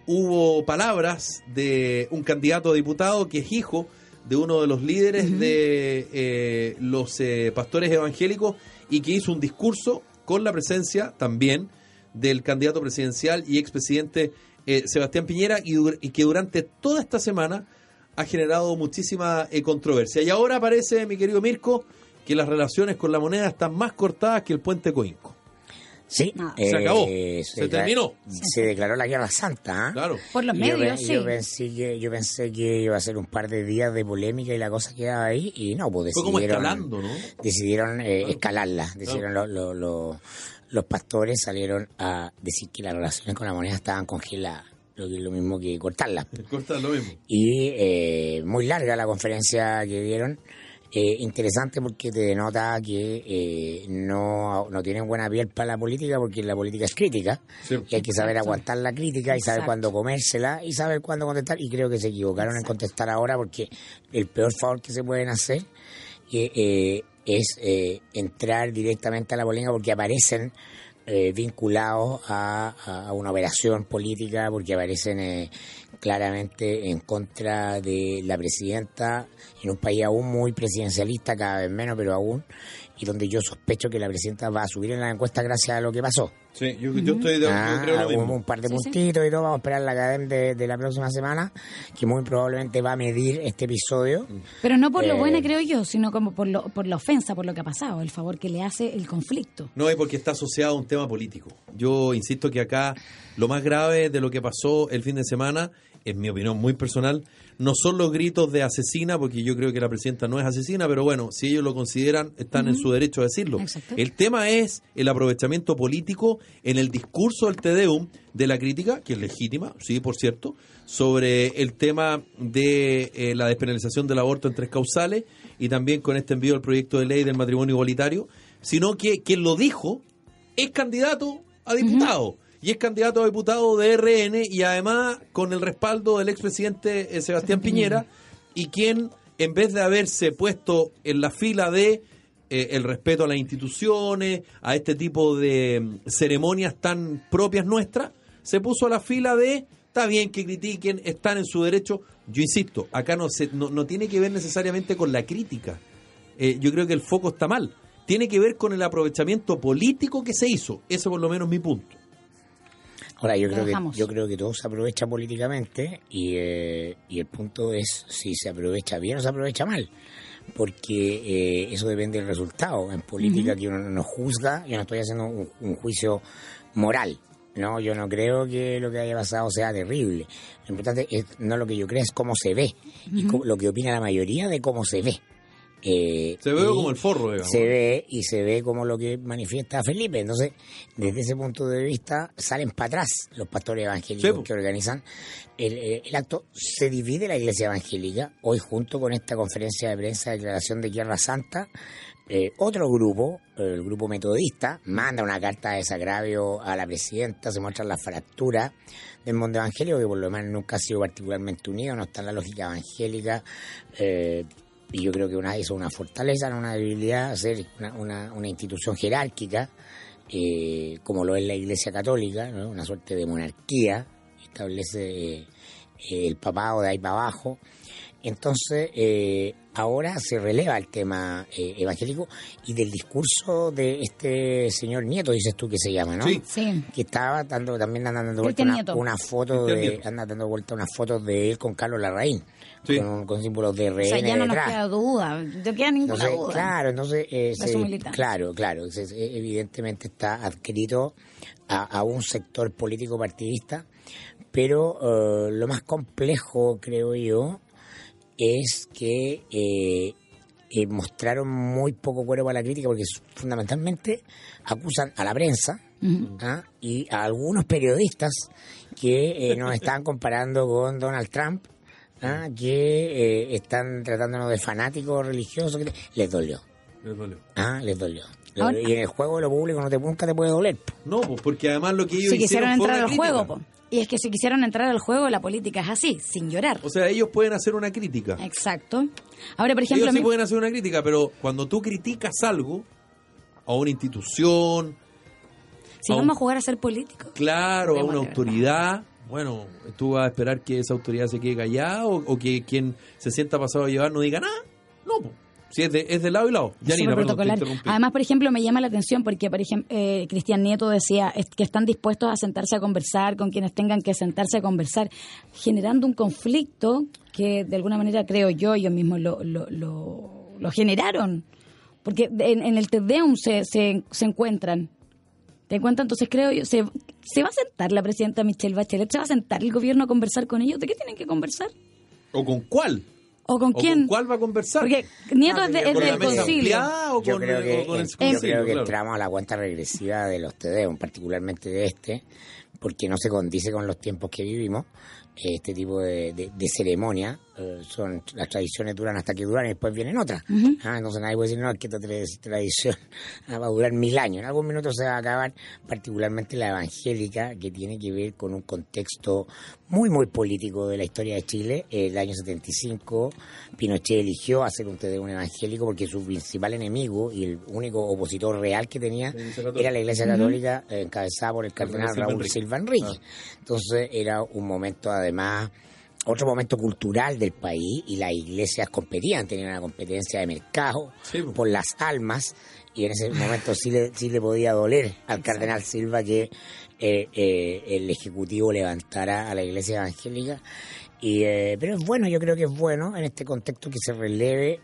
hubo palabras de un candidato a diputado que es hijo de uno de los líderes de eh, los eh, pastores evangélicos y que hizo un discurso con la presencia también del candidato presidencial y expresidente eh, Sebastián Piñera y, dur- y que durante toda esta semana ha generado muchísima eh, controversia. Y ahora parece, mi querido Mirko, que las relaciones con la moneda están más cortadas que el puente Coinco.
Sí, eh,
No.
Se acabó. Se
declara-
terminó.
Se declaró la guerra santa. ¿ah?
Claro.
Por los
Yo pe-
medios, sí.
yo, pensé que, yo pensé que iba a ser un par de días de polémica y la cosa quedaba ahí y no, pues
Fue como
decidieron-
escalando, ¿no?
decidieron eh, escalarla. Decidieron lo- lo- lo- los pastores salieron a decir que las relaciones con la moneda estaban congeladas, lo que es lo mismo que cortarlas.
Corta lo mismo.
Y eh, muy larga la conferencia que dieron. eh, interesante porque te denota que eh, no, no tienen buena piel para la política porque la política es crítica
Sí.
y hay que saber aguantar la crítica y saber
Exacto.
cuándo comérsela y saber cuándo contestar. Y creo que se equivocaron en contestar ahora porque el peor favor que se pueden hacer eh, eh, es eh, entrar directamente a la polémica porque aparecen eh, vinculados a, a- a una operación política, porque aparecen eh, claramente en contra de la presidenta en un país aún muy presidencialista, cada vez menos, pero aún, y donde yo sospecho que la presidenta va a subir en la encuesta gracias a lo que pasó.
Sí, yo, yo estoy de
Ah,
yo creo lo
un-
mismo.
Un par de
Sí, sí.
puntitos y todo. Vamos a esperar la cadena de, de la próxima semana, que muy probablemente va a medir este episodio.
Pero no por lo
Eh.
bueno, creo yo, sino como por, lo, por la ofensa, por lo que ha pasado, el favor que le hace el conflicto.
No, es porque está asociado a un tema político. Yo insisto que acá lo más grave de lo que pasó el fin de semana, en mi opinión muy personal, no son los gritos de asesina, porque yo creo que la presidenta no es asesina, pero bueno, si ellos lo consideran, están en su derecho a decirlo.
Exacto.
El tema es el aprovechamiento político en el discurso del Tedeum de la crítica, que es legítima, sí, por cierto, sobre el tema de eh, la despenalización del aborto en tres causales y también con este envío al proyecto de ley del matrimonio igualitario, sino que quien lo dijo es candidato a diputado. Y es candidato a diputado de RN y además con el respaldo del expresidente eh, Sebastián Piñera y quien en vez de haberse puesto en la fila de eh, el respeto a las instituciones, a este tipo de mm, ceremonias tan propias nuestras, se puso a la fila de está bien que critiquen, están en su derecho. Yo insisto, acá no, se, no, no tiene que ver necesariamente con la crítica. Eh, yo creo que el foco está mal. Tiene que ver con el aprovechamiento político que se hizo. Ese por lo menos es mi punto.
Ahora, yo creo, que,
Trabajamos.
yo creo que todo se aprovecha políticamente y, eh, y el punto es si se aprovecha bien o se aprovecha mal. Porque eh, eso depende del resultado. En política que uno no juzga, yo no estoy haciendo un, un juicio moral. No, yo no creo que lo que haya pasado sea terrible. Lo importante es no lo que yo crea, es cómo se ve. Y cómo- lo que opina la mayoría de cómo se ve. Eh,
Se ve
y-
como el forro, digamos.
se ve y se ve como lo que manifiesta Felipe. Entonces, desde ese punto de vista, salen para atrás los pastores
Sí,
evangélicos
pues.
que organizan el, eh, el acto. Se divide la iglesia evangélica hoy junto con esta conferencia de prensa, declaración de Guerra Santa, eh, otro grupo, el grupo metodista, manda una carta de desagravio a la presidenta, se muestran las fracturas del mundo evangélico, que por lo menos nunca ha sido particularmente unido, no está en la lógica evangélica, eh, y yo creo que una, eso es una fortaleza, no una debilidad, ser una, una, una institución jerárquica, eh, como lo es la Iglesia Católica, ¿no? una suerte de monarquía, establece eh, el papado de ahí para abajo. Entonces, eh, ahora se releva el tema eh, evangélico y del discurso de este señor Nieto, dices tú que se llama, ¿no?
Sí.
Sí.
Que estaba dando, también andan dando vuelta
Cristian
una,
Nieto.
una foto
Cristian
de,
Nieto.
andan dando vuelta unas fotos de él con Carlos Larraín,
Sí.
con, con símbolos de
O
RN
sea, ya no nos
detrás.
queda duda. No queda ninguna
Entonces,
duda.
claro, entonces, eh,
De
se-
su militancia.
claro, claro, se- se- evidentemente está adscrito a, a un sector político partidista, pero eh, lo más complejo, creo yo, es que eh, eh, mostraron muy poco cuero para la crítica, porque s- fundamentalmente acusan a la prensa ¿ah? y a algunos periodistas que eh, nos están comparando con Donald Trump, ¿ah? que eh, están tratándonos de fanáticos religiosos. que- Les dolió,
Les dolió.
¿ah? les dolió.
Ahora-
y en el juego de lo público no te, nunca te puede doler. po.
No, pues porque además lo que ellos
si quisieron
hicieron fue
entrar
una
al
crítica.
juego, po. y es que si quisieron entrar al juego, la política es así, sin llorar.
O sea, ellos pueden hacer una crítica.
Exacto. Ahora, por ejemplo,
ellos
a
sí
mí-
pueden hacer una crítica, pero cuando tú criticas algo a una institución,
si
aún-
vamos a jugar a ser políticos.
claro, a
Demos
una
de
autoridad, bueno, tú vas a esperar que esa autoridad se quede callada o, o que quien se sienta pasado a llevar no diga nada. No, pues. Si es de, es de lado y lado. Yanina,
Súper
perdón, te
protocolar.
interrumpí.
Además, por ejemplo, me llama la atención porque, por ejemplo, eh, Cristian Nieto decía es- que están dispuestos a sentarse a conversar con quienes tengan que sentarse a conversar, generando un conflicto que de alguna manera creo yo ellos mismos lo, lo, lo- lo generaron. Porque en, en el TEDEUM se, se, se encuentran. ¿Te encuentran? Entonces creo yo, se, ¿se va a sentar la presidenta Michelle Bachelet? ¿Se va a sentar el gobierno a conversar con ellos? ¿De qué tienen que conversar?
¿O con cuál?
¿O con
¿O
quién?
con cuál va a conversar?
Porque Nieto
No,
es, de-
yo
es
Ah,
creo
¿Con
del
la
que-
mesa
concilio.
ampliada Ah, o
yo
con,
creo
o
que,
con el
yo
concilio?
creo que
Claro.
entramos a la cuenta regresiva de los TDEUM, particularmente de este, porque no se condice con los tiempos que vivimos. Este tipo de, de- de ceremonia eh, son las tradiciones duran hasta que duran y después vienen otras. Ah, entonces nadie puede decir, no, es que esta tra- tradición *laughs* ah, va a durar mil años. En algún minuto se va a acabar, particularmente la evangélica, que tiene que ver con un contexto muy, muy político de la historia de Chile. El año 75, Pinochet eligió hacer un TD un evangélico porque su principal enemigo y el único opositor real que tenía
La Iglesia Católica.
era la Iglesia Católica, eh, encabezada por el cardenal
Silva
Raúl
Enríquez.
Silva Enríquez. Entonces era un momento, además, otro momento cultural del país y las iglesias competían, tenían una competencia de mercado
Sí, po.
por las almas y en ese momento sí le, sí le podía doler al cardenal Silva que eh, eh, el Ejecutivo levantara a la iglesia evangélica. Y, eh, pero es bueno, yo creo que es bueno en este contexto que se releve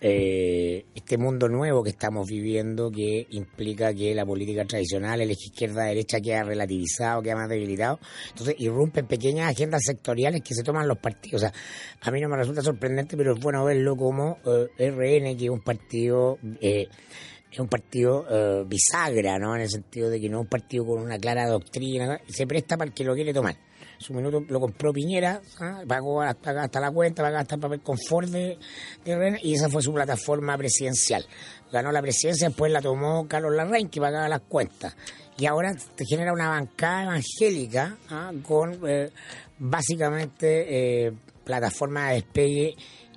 eh, este mundo nuevo que estamos viviendo que implica que la política tradicional, el eje izquierda-derecha queda relativizado, queda más debilitado. Entonces irrumpen pequeñas agendas sectoriales que se toman los partidos. O sea, a mí no me resulta sorprendente, pero es bueno verlo como eh, RN, que es un partido... eh, es un partido eh, bisagra, ¿no? En el sentido de que no es un partido con una clara doctrina, ¿no? se presta para el que lo quiere tomar. Su minuto lo compró Piñera, ¿ah? pagó hasta, hasta la cuenta, pagó hasta el papel confort de, de René, y esa fue su plataforma presidencial. Ganó la presidencia, después la tomó Carlos Larraín, que pagaba las cuentas. Y ahora te genera una bancada evangélica ¿ah? con eh, básicamente eh, plataforma de despegue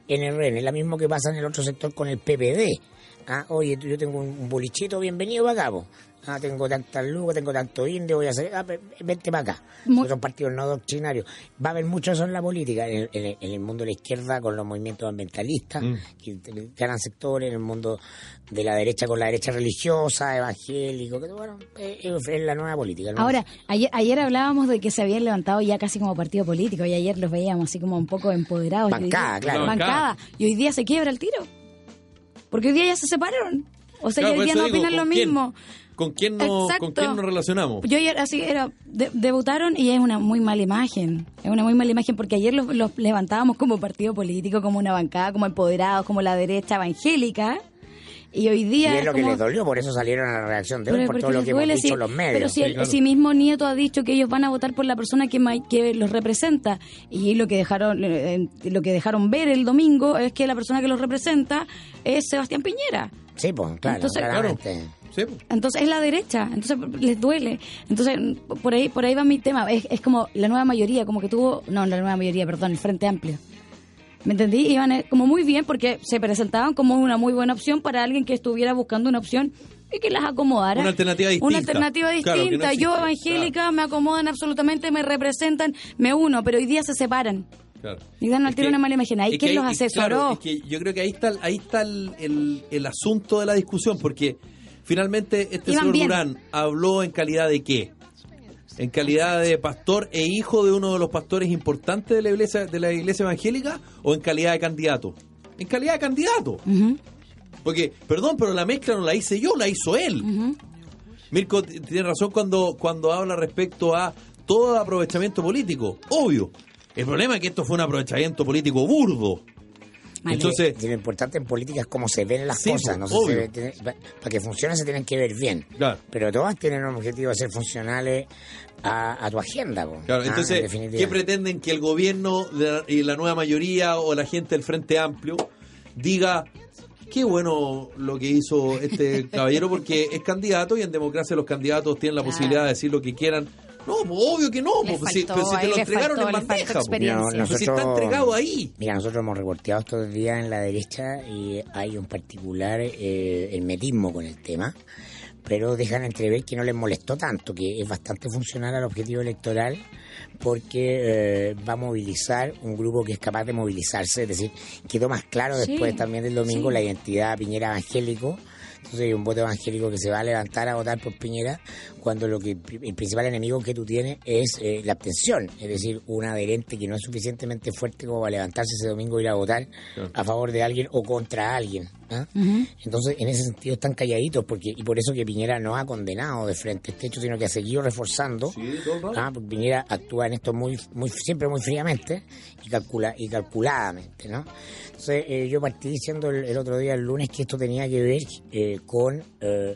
en RN. Es lo mismo que pasa en el otro sector con el PPD. Ah, oye, tú- yo tengo un, un bolichito, bienvenido para acá, po. Ah, tengo tantas luces, tengo tanto indio, voy a hacer... Ah, ve- vente para acá.
Mu-
Son partidos no doctrinarios. Va a haber mucho eso en la política, en el, en el- en el mundo de la izquierda con los movimientos ambientalistas, que te- ganan sectores, en el mundo de la derecha con la derecha religiosa, evangélico, que bueno, eh, eh, es, la nueva política. ¿no?
Ahora, ayer, ayer hablábamos de que se habían levantado ya casi como partido político y ayer los veíamos así como un poco empoderados. Y hoy
Bancada,
día-
claro.
Bancada. Y hoy día se quiebra el tiro. Porque hoy día ya se separaron. O sea,
Claro,
ya
por
hoy día
eso
no
digo,
opinan lo
¿con quién?
mismo.
¿Con quién, no, ¿Con
Exacto.
quién nos relacionamos?
Yo ayer así era, de- debutaron y es una muy mala imagen. Es una muy mala imagen porque ayer los, los levantábamos como partido político, como una bancada, como empoderados, como la derecha evangélica. Y hoy
y
día.
es lo que
como-
les dolió, por eso salieron a la reacción de hoy,
Pero
por
porque
todo lo
les
que hemos
duele,
dicho
sí.
los medios.
Pero si,
Sí, claro.
si mismo Nieto ha dicho que ellos van a votar por la persona que, ma- que los representa y lo que dejaron eh, lo que dejaron ver el domingo es que la persona que los representa es Sebastián Piñera.
Sí, pues, claro,
Entonces-
claramente.
Sí, pues.
Entonces es la derecha, entonces les duele. Entonces por ahí por ahí va mi tema, es, es como la nueva mayoría, como que tuvo, no, la nueva mayoría, perdón, el Frente Amplio. ¿Me entendí? Iban eh, como muy bien porque se presentaban como una muy buena opción para alguien que estuviera buscando una opción y que las acomodara.
Una alternativa distinta.
Una alternativa
Claro, que no
distinta. Yo
existe,
evangélica me acomodan absolutamente, me representan, me uno, pero hoy día se separan.
Claro.
Y dan al
Es
tiro
que-
una mala imaginación. ¿Y
es que
quién los
ahí- es- claro,
asesoró?
es que yo creo que ahí está, ahí está el, el- el asunto de la discusión, porque finalmente este
Iban
señor
bien.
Durán habló en calidad de qué? En calidad de pastor e hijo de uno de los pastores importantes de la iglesia de la iglesia evangélica o en calidad de candidato. En calidad de candidato.
Ujú.
Porque, perdón, pero la mezcla no la hice yo, la hizo él. Mirko t- tiene razón cuando, cuando habla respecto a todo aprovechamiento político. Obvio. El problema es que esto fue un aprovechamiento político burdo.
Mal.
Entonces,
Y lo importante en política es cómo se ven las
Sí,
cosas.
pues,
No sé
obvio.
si se- tiene- pa- para que funcionen se tienen que ver bien.
Claro.
Pero todas tienen un objetivo de ser funcionales a, a tu agenda. po.
claro,
Ah, en
entonces
definitiva.
¿qué pretenden que el gobierno de la- y la nueva mayoría o la gente del Frente Amplio diga qué bueno lo que hizo
*laughs*
este caballero porque es candidato y en democracia los candidatos tienen la
Claro.
posibilidad de decir lo que quieran? No, pues, obvio que no,
Les
pues, si,
faltó
pero si te
ahí,
lo
les
entregaron
faltó-
en
les faltó
bandeja. pues.
experiencia.
Mira,
Pero
si está
nosotros-
entregado ahí.
Mira, nosotros hemos reporteado estos días en la derecha y hay un particular eh, hermetismo con el tema, pero dejan entrever que no les molestó tanto, que es bastante funcional al objetivo electoral porque eh, va a movilizar un grupo que es capaz de movilizarse, es decir, quedó más claro
Sí,
después también del domingo
sí.
la identidad Piñera evangélico. Entonces hay un voto evangélico que se va a levantar a votar por Piñera cuando lo que el principal enemigo que tú tienes es eh, la abstención, es decir, un adherente que no es suficientemente fuerte como para levantarse ese domingo e ir a votar
Claro.
a favor de alguien o contra alguien. ¿ah?
Ujú.
Entonces, en ese sentido están calladitos porque y por eso que Piñera no ha condenado de frente este hecho, sino que ha seguido reforzando Ah, porque Piñera actúa en esto muy, muy, siempre muy fríamente y calcula y calculadamente, ¿no? Entonces, eh, yo partí diciendo el, el otro día, el lunes, que esto tenía que ver eh, con eh,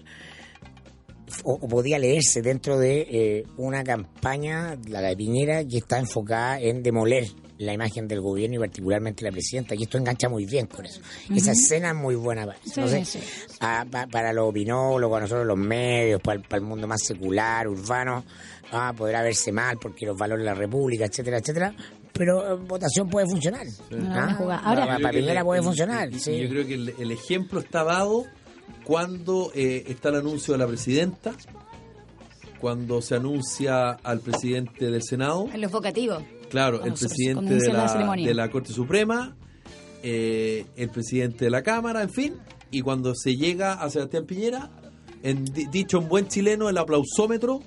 o, o podía leerse dentro de eh, una campaña, la de Piñera, que está enfocada en demoler la imagen del gobierno y particularmente la presidenta, y esto engancha muy bien con eso. Esa escena es muy buena. parece.
Sí,
Entonces,
sí.
ah, pa- para los opinólogos, para nosotros los medios, para, el- para el mundo más secular, urbano, ah, podrá verse mal porque los valores de la República, etcétera, etcétera, pero eh, votación puede funcionar.
No,
¿ah?
no juega. Ahora-
Para- para Piñera puede funcionar,
y- y-
sí.
Yo creo que el, el ejemplo está dado cuando eh, está el anuncio de la presidenta, cuando se anuncia al presidente del Senado,
Los vocativos.
claro, el
Cuando se- cuando
presidente de
inicia la
la,
ceremonia.
de la Corte Suprema, eh, el presidente de la Cámara, en fin, y cuando se llega a Sebastián Piñera, en, di- dicho en buen chileno, el aplausómetro,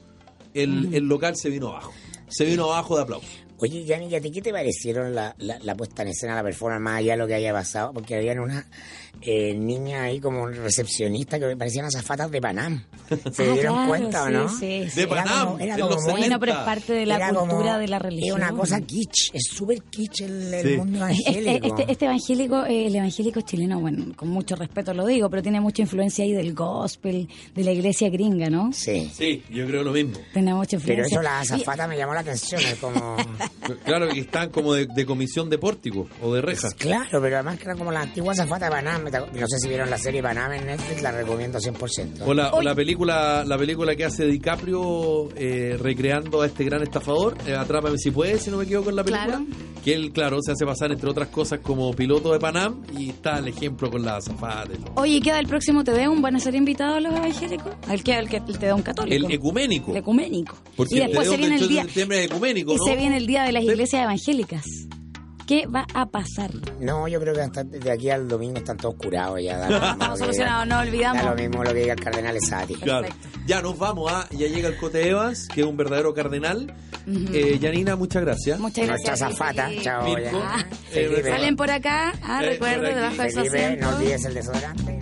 el, el local se vino abajo. Se vino abajo de aplauso.
Oye, Yanni, ¿y a ti qué te parecieron la, la, la puesta en escena, la performance, más allá de lo que haya pasado? Porque habían una eh, niña ahí como recepcionista que parecían azafatas de
*laughs*
Panam. ¿Se
Ah,
dieron
claro,
cuenta o
sí,
no?
sí,
De
sí.
Era
Panam,
como- era
de
como
los
muy-
70.
Bueno, pero es parte de la
Era como-
cultura de la religión.
Es una cosa kitsch, es súper kitsch el, el
*laughs*
Sí.
mundo
Este,
evangélico.
este- este evangélico, eh, el evangélico chileno, bueno, con mucho respeto lo digo, pero tiene mucha influencia ahí del gospel, de la iglesia gringa, ¿no?
Sí,
Sí, yo creo lo mismo.
Tiene mucha
pero
influencia.
eso la azafata me llamó la atención, es
*laughs*
como...
Claro que están como de, de comisión de pórtico o de rejas.
Claro, pero además que era como la antigua azafata de Panam. No sé si vieron la serie Panam en Netflix, la recomiendo 100%.
O la, o la película la película que hace DiCaprio eh, recreando a este gran estafador, eh, Atrápame si puedes, si no me equivoco en la película. Que él, claro, se hace pasar entre otras cosas como piloto de Panam y está el ejemplo con la azafata. y todo.
Oye, ¿queda el próximo Tedeum? ¿Van a ser invitados los evangélicos? Al que el, que el Tedeum católico.
El ecuménico.
El ecuménico.
Porque
y después
el
se viene el
28 de
día.
septiembre es ecuménico,
Y
¿no?
se viene el día de las
Sí.
iglesias evangélicas. ¿Qué va a pasar?
No, yo creo que hasta de aquí al domingo están todos curados ya.
*laughs*
da lo mismo
Estamos
lo que diga-
solucionados, no olvidamos.
Da lo mismo lo que diga el cardenal Esati.
Claro.
Perfecto.
Ya nos vamos, ah, ya llega el Cote Evans, que es un verdadero cardenal. Eh, Yanina, muchas gracias.
Muchas
Nuestra
gracias.
azafata.
Felipe.
Chao.
Mirko,
ya.
eh,
Felipe,
Rafael.
Salen por acá. Ah,
Salen por
recuerden,
aquí.
debajo de su
Felipe, no
asiento.
olvides el desodorante.